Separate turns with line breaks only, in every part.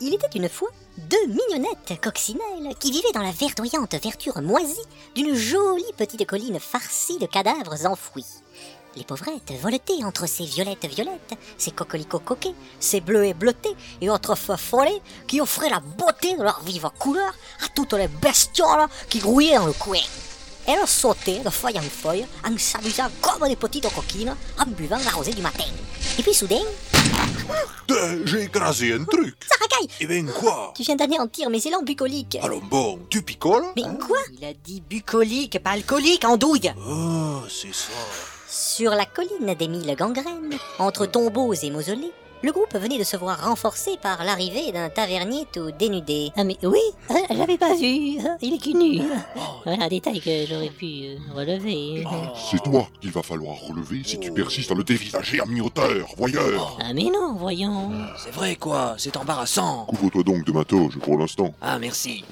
Il était une fois deux mignonnettes coccinelles qui vivaient dans la verdoyante verdure moisie d'une jolie petite colline farcie de cadavres enfouis. Les pauvrettes voletaient entre ces violettes violettes, ces coquelicots coquets, ces bleus et bleutés et autres feux follets qui offraient la beauté de leur vive couleur à toutes les bestioles qui grouillaient dans le coin. Elles sautaient de feuille en feuille en s'amusant comme des petites coquines en buvant la rosée du matin. Et puis soudain,
Euh, J'ai écrasé un truc.
ça racaille
Eh ben quoi
Tu viens d'anéantir mes élans bucoliques.
Allons bon, tu picoles
Mais quoi
Il a dit bucolique, pas alcoolique, en douille.
Ah, c'est ça.
Sur la colline des mille gangrènes, entre tombeaux et mausolées, le groupe venait de se voir renforcé par l'arrivée d'un tavernier tout dénudé.
Ah mais oui, euh, je l'avais pas vu, euh, il est cul nu.
Oh.
Voilà un détail que j'aurais pu euh, relever.
C'est toi qu'il va falloir relever si tu persistes à le dévisager à mi-hauteur, voyeur
Ah mais non, voyons.
C'est vrai quoi, c'est embarrassant.
Couvre-toi donc de ma toge pour l'instant.
Ah merci.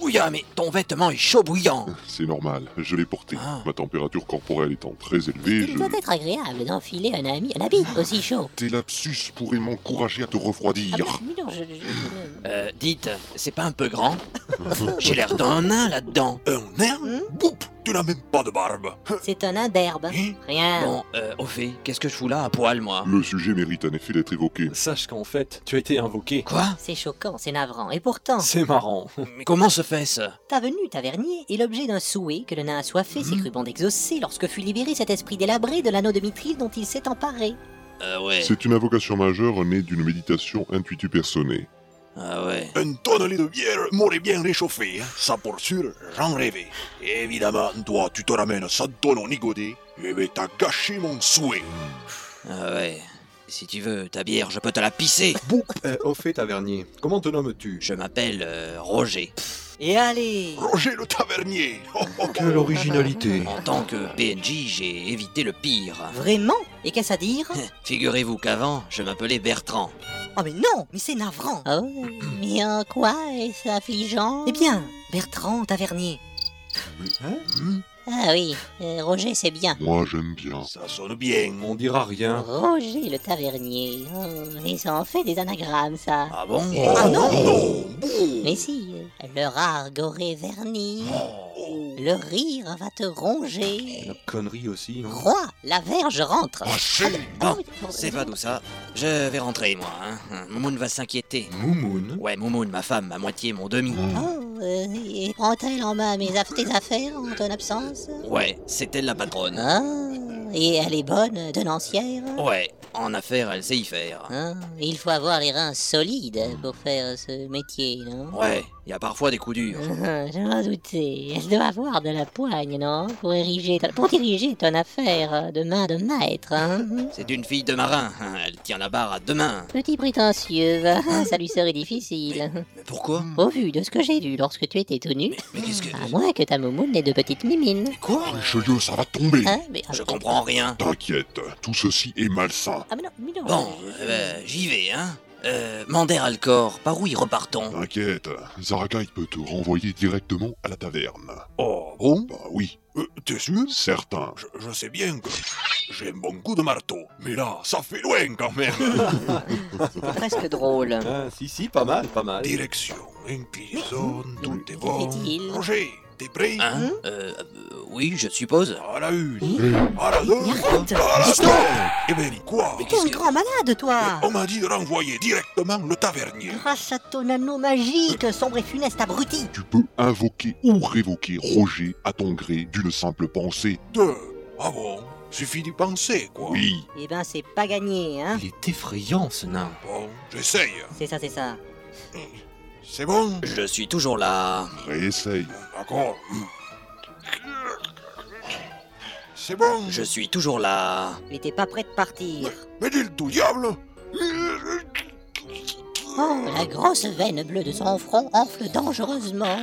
Ouya, mais ton vêtement est chaud bouillant.
C'est normal, je l'ai porté.
Ah.
Ma température corporelle étant très élevée,
Il doit
je...
être agréable d'enfiler un ami, un habit aussi chaud.
Tes lapsus pourraient m'encourager à te
Ah,
refroidir.
mais non, je- je- je-
Euh, dites, c'est pas un peu grand
Ah
J'ai l'air d'un nain là-dedans.
Un nain
Hmm?
Boup Tu n'as même pas de barbe.
C'est un imberbe.
Hein?
Rien.
Bon, euh, au fait, qu'est-ce que je fous là à poil, moi
Le sujet mérite en effet d'être évoqué.
Sache qu'en fait, tu as été invoqué.
Quoi
C'est choquant, c'est navrant. Et pourtant,
C'est marrant.
Mais comment se fait ça
ta venue, tavernier, est l'objet d'un souhait que le nain assoiffé
Hein?
s'est cru bon d'exaucer lorsque fut libéré cet esprit délabré de l'anneau de Mithril dont il s'est emparé.
Ah ouais.
C'est une invocation majeure née d'une méditation intuitue personnée.
Ah ouais.
Un tonnelet de bière m'aurait bien réchauffé. hein. Ça pour sûr, j'en rêvais. Évidemment, toi, tu te ramènes sans ton au nigodé. Eh ben, t'as gâché mon souhait.
Ah ouais. Si tu veux, ta bière, je peux te la pisser.
Bon, euh, au fait, tavernier, comment te nommes-tu
Je m'appelle euh, Roger.
Et allez
Roger le tavernier. Oh, oh,
Quelle originalité
En tant que PNJ, j'ai évité le pire.
Vraiment Et qu'est-ce à dire
Figurez-vous qu'avant, je m'appelais Bertrand.
Ah mais non, mais c'est navrant
Oh, mais en quoi est-ce affligeant
Hein? Eh bien, Bertrand Tavernier,
Ah oui, euh, Roger, c'est bien.
Moi, j'aime bien.
ça sonne bien.
On dira
Hein
rien.
Roger le tavernier. Oh, et ça en fait des anagrammes, ça.
Ah bon
Ah
non
non bon.
Mais si, euh, le argue aurait verni,
Oh.
le rire va te ronger.
La connerie aussi, hein.
Roi, la verge rentre.
Ah,
Oh,
Bon, c'est pas tout ça. Je vais rentrer, moi. Hein. Moumoun va s'inquiéter.
Moumoun
Ouais, Moumoun, ma femme, à moitié mon demi.
Oh, euh, et prend-elle en main mes aff- tes affaires en ton absence
Ouais, c'est elle la patronne.
Ah, et elle est bonne, tenancière
Hein Ouais, en affaires, elle sait y faire.
Ah, Il faut avoir les reins solides pour faire ce métier, non
Ouais, y a parfois des coups durs.
Ah, Je m'en doutais. Elle doit avoir de la poigne, non pour, ériger ta- pour diriger ton affaire de main de maître, hein
C'est une fille de marin, hein, elle tient la barre à deux mains.
Petit prétentieux, va. ça lui serait difficile.
Mais pourquoi
Au vu de ce que j'ai vu lorsque tu étais tout nu,
Mais qu'est-ce que.
à moins que ta moumoune n'ait de petites mimines.
Quoi
Richelieu, ça va tomber
Ah. Hein mais,
Je comprends rien.
T'inquiète, tout ceci est malsain.
Ah mais non, mais non.
Bon, euh, j'y vais, hein. Euh, Mander Alcor, par où y repartons
T'inquiète, Zaragai peut te renvoyer directement à la taverne.
Oh bon
Bah oui,
Euh, T'es sûr
certain.
je, je sais bien que j'ai un bon coup de marteau. Mais là, ça fait loin quand même.
c'est presque drôle.
Ah, si, si, pas mal, pas mal.
Direction, inclinaison, tout est bon.
fait-il
Roger, t'es prêt
Hein euh, euh, Oui, je suppose.
À la une, à la deux,
Arrête
à la trois. Eh ben quoi
Mais
T'es
qu'est-ce
un
que.
grand malade, toi
On m'a dit de renvoyer directement le tavernier.
Grâce à ton anneau magique, sombre et funeste abruti
Tu peux invoquer ou révoquer Roger à ton gré d'une simple pensée.
Deux. Ah bon Suffit d'y penser, quoi.
Oui,
Eh ben, c'est pas gagné, hein
Il est effrayant, ce nain.
Bon, j'essaye.
C'est ça, c'est ça.
C'est bon
Je Mm. suis toujours là.
réessaye.
D'accord. C'est bon
Je suis toujours là.
Mais t'es pas prêt de partir.
Mais dis le tout diable
Oh, la grosse veine bleue de son front enfle dangereusement.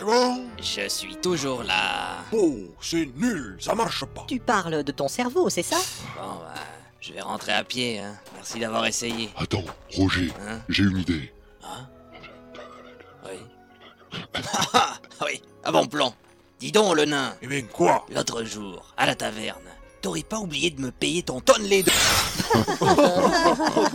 C'est bon
Je suis toujours là.
Oh, c'est nul, ça marche pas.
Tu parles de ton cerveau, c'est ça
Bon, bah, je vais rentrer à pied, hein. Merci d'avoir essayé.
Attends, Roger,
Hein
j'ai une idée.
Hein Oui. Ah, ah, oui, un bon plan. Dis donc, le nain,
Eh bien quoi
l'autre jour, à la taverne, t'aurais pas oublié de me payer ton tonne les deux
Oh,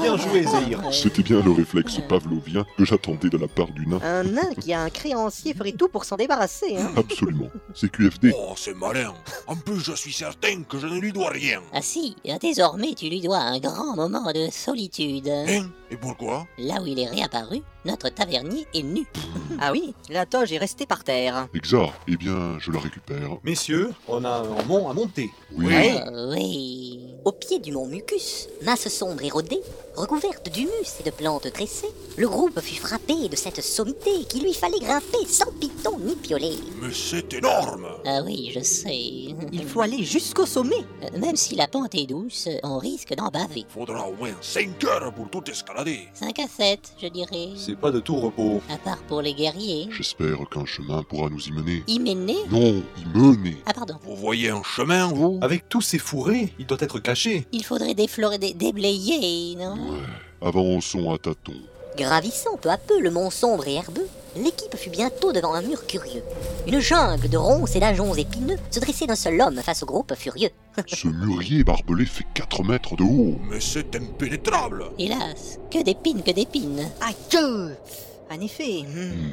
Bien joué, Zahir.
C'était bien le réflexe pavlovien que j'attendais de la part du nain.
Un nain qui a un créancier ferait tout pour s'en débarrasser, hein.
Absolument. C'est QFD.
Oh, c'est malin. En plus, je suis certain que je ne lui dois rien.
Ah si, désormais tu lui dois un grand moment de solitude.
Hein Et pourquoi
Là où il est réapparu, notre tavernier est nu.
Ah oui, la toge est restée par terre.
Exar. Eh bien, je la récupère.
Messieurs, on a un mont à monter.
Oui.
Ouais.
Euh, oui.
Au pied du mont Mucus, masse sombre érodée, recouverte d'humus et de plantes dressées, le groupe fut frappé de cette sommité qu'il lui fallait grimper sans piton ni piolet.
Mais c'est énorme
Ah oui, je sais.
Il faut aller jusqu'au sommet.
Euh, Même si la pente est douce, on risque d'en baver.
Faudra au moins 5 heures pour tout escalader.
5 à 7, je dirais.
C'est pas de tout repos.
À part pour les guerriers.
J'espère qu'un chemin pourra nous y mener.
Hyménée
Non, y mener.
Ah pardon.
Vous voyez un chemin, vous
Avec tous ces fourrés, il doit être caché.
Il faudrait déflorer, dé- déblayer, non
Ouais. Avançons à tâtons.
Gravissant peu à peu le mont sombre et herbeux, l'équipe fut bientôt devant un mur curieux. Une jungle de ronces et d'ajoncs épineux se dressait d'un seul homme face au groupe furieux.
Ce mûrier barbelé fait 4 mètres de haut.
Mais c'est impénétrable
Hélas, que d'épines, que d'épines.
Ah que En effet. hmm.
Hmm.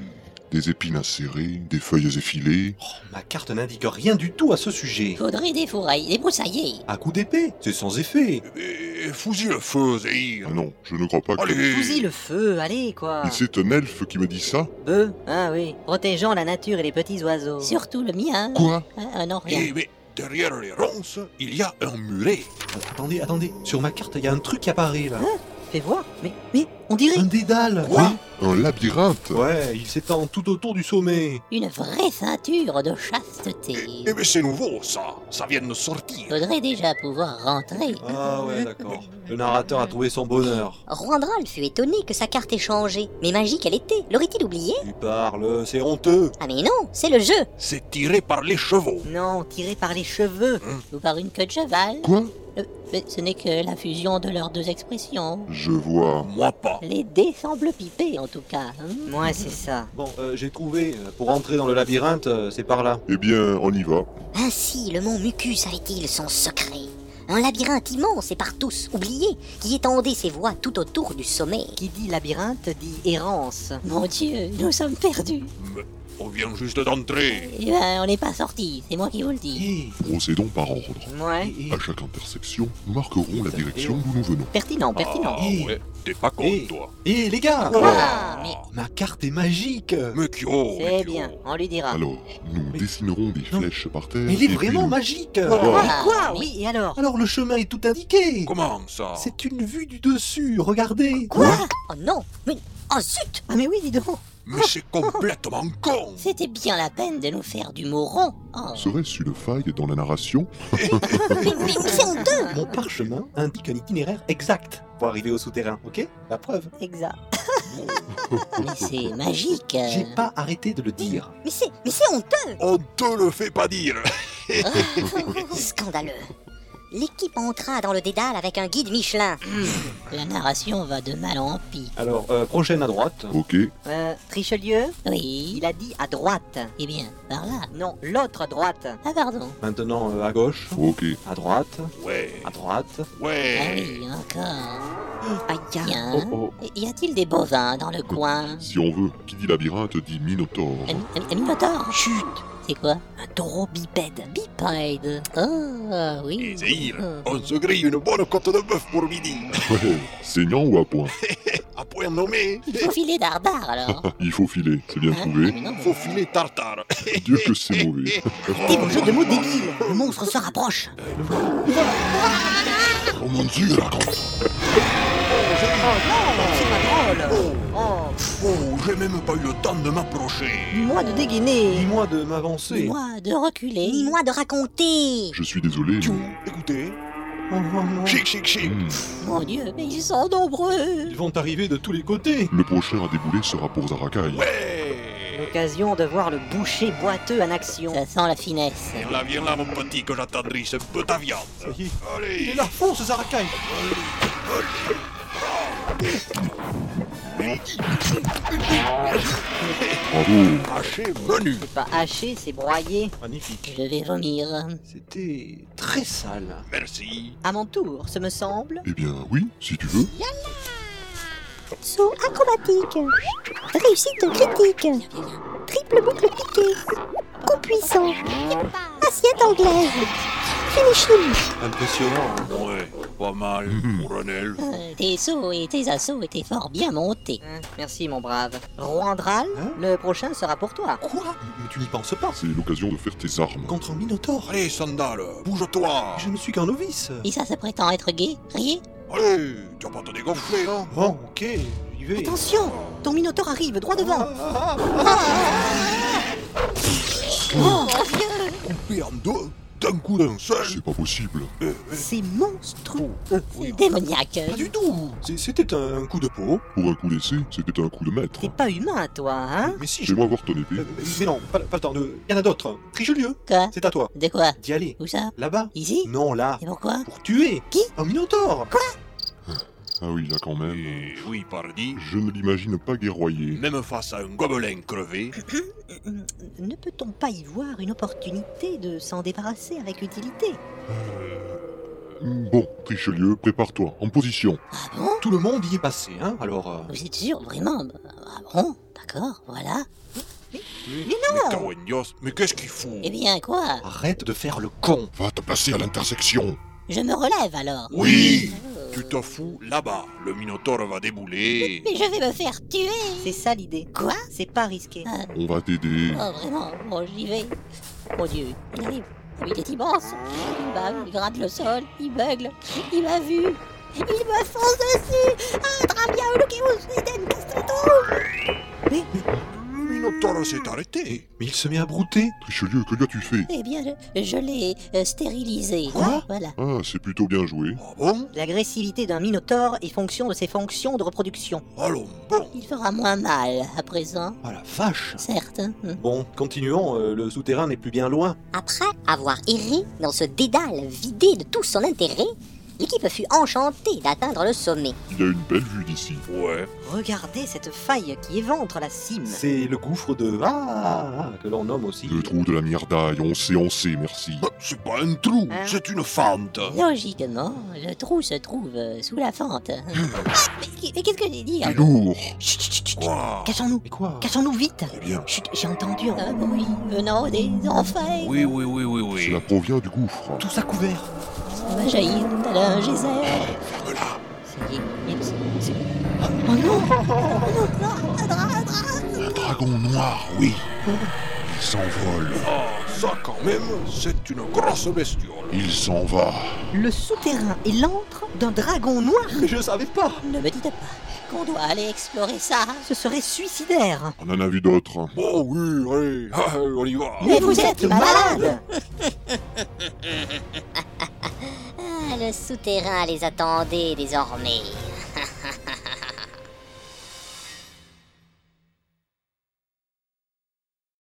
Des épines insérées, des feuilles effilées.
Oh, ma carte n'indique rien du tout à ce sujet.
Faudrait des fourrailles, des broussailles.
À coup d'épée, c'est sans effet.
Et fusille Eh ben, le feu, Zéhir
Ah non, je ne crois pas que...
Allez
Fusille le feu, allez quoi.
Mais c'est un elfe qui me dit ça
Bœuf, ah oui, protégeant la nature et les petits oiseaux.
Surtout le mien.
Quoi
Ah ah non, rien.
Eh, mais derrière les ronces, il y a un muret
Oh, attendez, attendez. Sur ma carte, il y a un truc qui apparaît là.
Hein? Fais voir, mais, mais, on dirait.
Un dédale.
Quoi
Un labyrinthe
Ouais, il s'étend tout autour du sommet.
Une vraie ceinture de
Eh
chasteté.
eh, mais c'est nouveau, ça Ça vient de sortir
Faudrait déjà pouvoir rentrer.
Ah ouais, d'accord. Le narrateur a trouvé son bonheur.
Randral fut étonné que sa carte ait changé, mais magique elle était, l'aurait-il oublié
Tu parles, c'est honteux.
Ah mais non, c'est le jeu
C'est tiré par les chevaux
Non, tiré par les cheveux.
Ou par une queue de cheval.
Quoi
Euh, mais ce n'est que la fusion de leurs deux expressions.
Je vois.
Moi pas
Les dés semblent piper en tout cas. hein.
Ouais, c'est ça.
Bon, euh, j'ai trouvé. Euh, Pour entrer dans le labyrinthe, euh, c'est par là.
Eh bien, on y va.
Ainsi, le mont Mucus avait-il son secret Un labyrinthe immense et par tous oublié, qui étendait ses voies tout autour du sommet.
Qui dit labyrinthe dit errance.
Mon Dieu, nous sommes perdus.
Mais on vient juste d'entrer
Eh ben, on n'est pas sortis, c'est moi qui vous le dis.
Hé,
Procédons par ordre.
Ouais.
hé, hé.
À chaque intersection, nous marquerons la direction d'où nous venons.
Pertinent,
Ah
pertinent.
Eh.
ouais, t'es pas con,
Eh.
toi Oh,
Hé, les gars
Ah, mais
Ma carte est magique
Mais Kyo, mais
C'est
Kyo.
bien, on lui dira.
Alors, nous dessinerons des
Ah. Non.
flèches par terre.
Mais il est
et puis
vraiment
nous-
magique
Voilà.
Ah,
Quoi
mais-
Oui, et alors
Alors le chemin est tout indiqué
oh. Comment ça
C'est une vue du dessus, regardez
Quoi Oh non Mais... Oh zut
Ah mais oui, dis donc
Mais c'est complètement con
C'était bien la peine de nous faire du moron. Oh.
Serait-ce une faille dans la narration
Mais, mais c'est honteux
Mon parchemin indique un itinéraire exact pour arriver au souterrain, ok La preuve
Exact. Mais c'est magique.
J'ai pas arrêté de le dire.
Mais c'est... Mais c'est honteux
On te le fait pas dire
Scandaleux L'équipe entra dans le dédale avec un guide Michelin.
La narration va de mal en pis.
Alors, euh, prochaine à droite.
Ok.
Euh, Richelieu,
Oui.
il a dit à droite.
Eh bien, par là.
Non, l'autre droite.
Ah pardon.
Maintenant, euh, à gauche.
Ok.
À droite.
Ouais,
À droite.
Ah
ouais
oui, encore.
Aïe, aïe.
Tiens.
Oh, oh.
Y a-t-il des bovins dans le coin
Si on veut, qui dit labyrinthe dit minotaure.
Eh.
Un, un- un minotaure Chut C'est quoi Un taureau bipède. Bipède Oh, oui.
Et Zéhir, on se grille une bonne côte de bœuf pour midi
Ouais. Oh, Saignant ou à point
À point nommé
Il faut filer dardard alors.
Ah.
Il faut filer, c'est bien
Hein
trouvé.
Mais non.
Faut filer tartare
Dieu que c'est mauvais.
Et mon jeu de mots débile Le monstre se rapproche
Oh mon dieu, la grande
Oh,
Oh, j'ai même pas eu le temps de m'approcher
moi de dégainer
Dis-moi de m'avancer.
Moi, de reculer.
Ni moi de raconter
Je suis désolé,
Tchou,
mais...
écoutez,
Oh, oh, non.
chic chic chic
Hmm.
Mon Dieu, mais ils sont nombreux
Ils vont arriver de tous les côtés.
Le prochain à débouler sera pour Zarakai.
Ouais
L'occasion de voir le boucher boiteux en action.
Ça sent la finesse.
Viens là, viens là mon petit que j'attendris ce peu ta viande
Ça y est. Il est
Allez
là, fonce, Zarakai
Bravo
Haché menu.
C'est pas haché, c'est broyé.
Magnifique.
Je vais vomir.
C'était très sale.
Merci.
À mon tour, ce me semble.
Eh bien, oui, si tu veux.
Saut acrobatique. Réussite critique. Triple boucle piquée. Coup puissant. Assiette anglaise. Finishing.
Impressionnant. hein.
Ouais, pas mal
Mm-hmm.
Mhm.
pour un elfe.
Euh, tes sauts et tes assauts étaient fort bien montés.
Hein, Merci, mon brave.
Rwandral,
Hein
le prochain sera pour toi.
Quoi Mais tu n'y penses pas.
C'est l'occasion de faire tes armes.
Contre un minotaure.
Allez, sandale, bouge-toi.
Je ne suis qu'un novice.
Et ça, ça prétend être gay Riez
Allez, tu vas pas te dégonfler, non
Bon, ok, j'y vais.
Attention Ton minotaure arrive, droit devant
Ah, ah,
Coupé en deux, d'un coup d'un seul.
C'est pas possible.
C'est monstrueux
Oui,
C'est démoniaque
pas du tout. C'est- C'était un, un coup de peau.
Pour un coup d'essai, c'était un coup de maître.
T'es pas humain, toi, hein
Mais si, je.
Fais-moi voir ton épée.
Euh, Mais non, pas, pas le temps de. Y en a d'autres. Trichelieu,
Quoi
c'est à toi.
De quoi
D'y aller.
Où ça
Là-bas
Ici
Non, là.
Et pourquoi
Pour tuer
Qui
Un minotaure
Ah oui, là quand même.
Et oui, pardi.
Je ne l'imagine pas guerroyer.
Même face à un gobelin crevé,
Ne peut-on pas y voir une opportunité de s'en débarrasser avec utilité
Hmm, Bon, Richelieu, prépare-toi, en position.
Ah bon
Tout le monde y est passé, hein Alors. euh,
Vous êtes sûr, vraiment Ah bon D'accord, voilà.
mais Cawen Dios, mais qu'est-ce qu'il fout
Eh bien quoi
Arrête de faire le con
Va te placer à l'intersection.
Je me relève alors
Oui
Euh,
Tu te fous là-bas, le Minotaure va débouler.
Mais je vais me faire tuer.
C'est ça l'idée.
Quoi
C'est pas risqué.
On va t'aider.
Oh vraiment Bon, j'y vais. Mon dieu, il arrive. Ah oui, Il est immense. Il bave, il gratte le sol, il beugle. Il m'a vu. Il me fonce dessus. Ah, Travia, Olokeus, Eden, Castrato.
Le Minotaure s'est arrêté.
Mais il se met à brouter
Richelieu, que lui as-tu fait
Eh bien, je, je l'ai euh, stérilisé.
Quoi
Voilà.
Ah, c'est plutôt bien joué.
Ah bon
L'agressivité d'un minotaure est fonction de ses fonctions de reproduction.
Allons, bon.
Il fera moins mal à présent,
Ah la vache
certes. Hmm.
Bon, continuons, euh, le souterrain n'est plus bien loin.
Après avoir erré dans ce dédale vidé de tout son intérêt, l'équipe fut enchantée d'atteindre le sommet.
Il a une belle vue d'ici.
Ouais.
Regardez cette faille qui éventre la cime.
C'est le gouffre de... Ah, ah, que l'on nomme aussi...
Le trou de la myrdaille, on sait, on sait, merci.
Bah, c'est pas un trou,
Hein
c'est une fente.
Logiquement, le trou se trouve euh, sous la fente. Ah, mais, mais qu'est-ce que j'ai dit
C'est lourd
Chut, chut, chut, chut.
Quoi
Cassons-nous
Mais quoi
Cassons-nous vite
Très bien.
Chut, j'ai entendu
euh,
un bruit venant des enfers.
Oui, oui, oui, oui, oui.
Cela provient du gouffre.
Tout ça couvert
On va jaillir d'un geyser. C'est- c'est- c'est- Oh non
Un dragon noir, oui. Il s'envole.
Ah, ça quand même, c'est une grosse bestiole.
Il s'en va.
Le souterrain et l'antre d'un dragon noir
Mais je savais pas
Ne me dites pas qu'on doit aller explorer ça.
Ce serait suicidaire
On en a vu d'autres.
Bon, oui, allez, ah, on y va.
Mais vous êtes malade
Ah, le souterrain les attendait désormais.